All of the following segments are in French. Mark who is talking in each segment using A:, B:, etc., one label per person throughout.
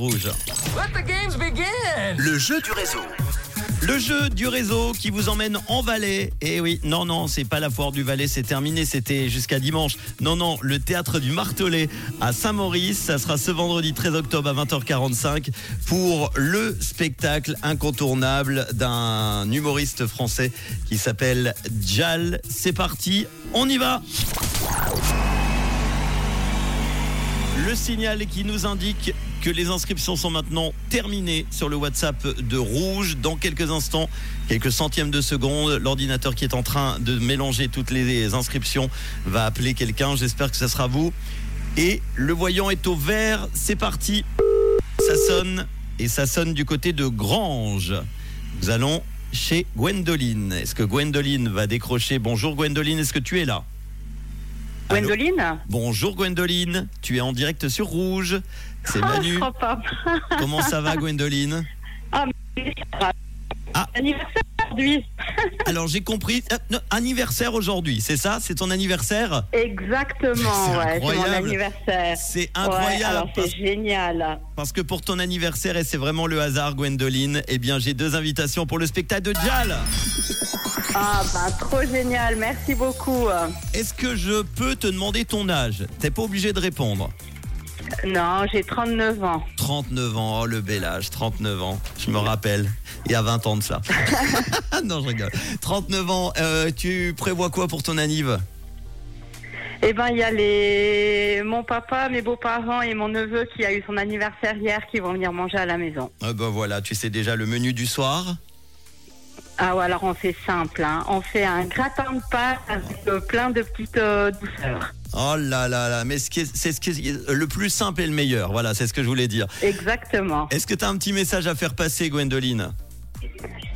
A: Rouge.
B: Let the games begin.
C: Le jeu du réseau.
A: Le jeu du réseau qui vous emmène en Valais. Eh oui, non, non, c'est pas la foire du Valais, c'est terminé, c'était jusqu'à dimanche. Non, non, le théâtre du Martelet à Saint-Maurice, ça sera ce vendredi 13 octobre à 20h45 pour le spectacle incontournable d'un humoriste français qui s'appelle Jal. C'est parti, on y va Le signal qui nous indique que les inscriptions sont maintenant terminées sur le WhatsApp de Rouge. Dans quelques instants, quelques centièmes de seconde, l'ordinateur qui est en train de mélanger toutes les inscriptions va appeler quelqu'un. J'espère que ce sera vous. Et le voyant est au vert. C'est parti. Ça sonne et ça sonne du côté de Grange. Nous allons chez Gwendoline. Est-ce que Gwendoline va décrocher Bonjour Gwendoline, est-ce que tu es là Allô
D: Gwendoline
A: Bonjour Gwendoline, tu es en direct sur Rouge. C'est Manu.
D: Oh, papa.
A: Comment ça va Gwendoline
D: Ah, mais ça va.
A: Ah.
D: Anniversaire aujourd'hui.
A: Alors j'ai compris, Ah, non, anniversaire aujourd'hui, c'est ça C'est ton anniversaire C'est
D: Exactement, ouais, c'est mon
A: incroyable.
D: anniversaire.
A: C'est
D: Ouais,
A: incroyable
D: alors c'est
A: parce,
D: génial.
A: parce que pour ton anniversaire, et c'est vraiment le hasard Gwendoline, eh bien j'ai deux invitations pour le spectacle de Jal.
D: Ah, bah, trop génial, merci beaucoup. Euh,
A: Est-ce que je peux te demander ton âge T'es pas obligé de répondre.
D: Non, j'ai 39 ans.
A: 39 ans, oh le bel âge, 39 ans, je me rappelle, il y a 20 ans de ça. non, je rigole. 39 ans, euh, tu prévois quoi pour ton anniv
D: Eh ben, il y a les... mon papa, mes beaux-parents et mon neveu qui a eu son anniversaire hier qui vont venir manger à la maison.
A: Ah ben voilà, tu sais déjà le menu du soir.
D: Ah ouais, alors on fait simple, hein. on fait un gratin de pâtes avec euh, plein de petites euh, douceurs.
A: Oh là là là, mais ce qui est- c'est ce qui est- le plus simple et le meilleur, voilà, c'est ce que je voulais dire.
D: Exactement.
A: Est-ce que tu as un petit message à faire passer, Gwendoline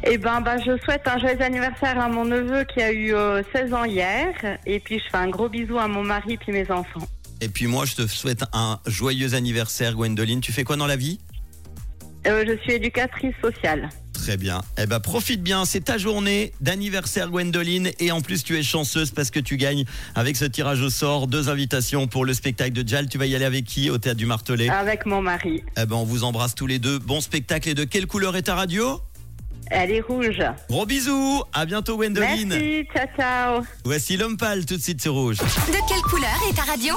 D: Eh ben, bah, je souhaite un joyeux anniversaire à mon neveu qui a eu euh, 16 ans hier. Et puis, je fais un gros bisou à mon mari puis mes enfants.
A: Et puis moi, je te souhaite un joyeux anniversaire, Gwendoline. Tu fais quoi dans la vie
D: Euh, je suis éducatrice sociale.
A: Très bien. Eh ben, profite bien. C'est ta journée d'anniversaire, Gwendoline. Et en plus, tu es chanceuse parce que tu gagnes avec ce tirage au sort deux invitations pour le spectacle de Jal. Tu vas y aller avec qui au théâtre du Martelet
D: Avec mon mari.
A: Eh ben, on vous embrasse tous les deux. Bon spectacle. Et de quelle couleur est ta radio
D: Elle est rouge.
A: Gros bisous. À bientôt, Gwendoline.
D: Merci. Ciao, ciao.
A: Voici l'homme pâle tout de suite sur rouge.
E: De quelle couleur est ta radio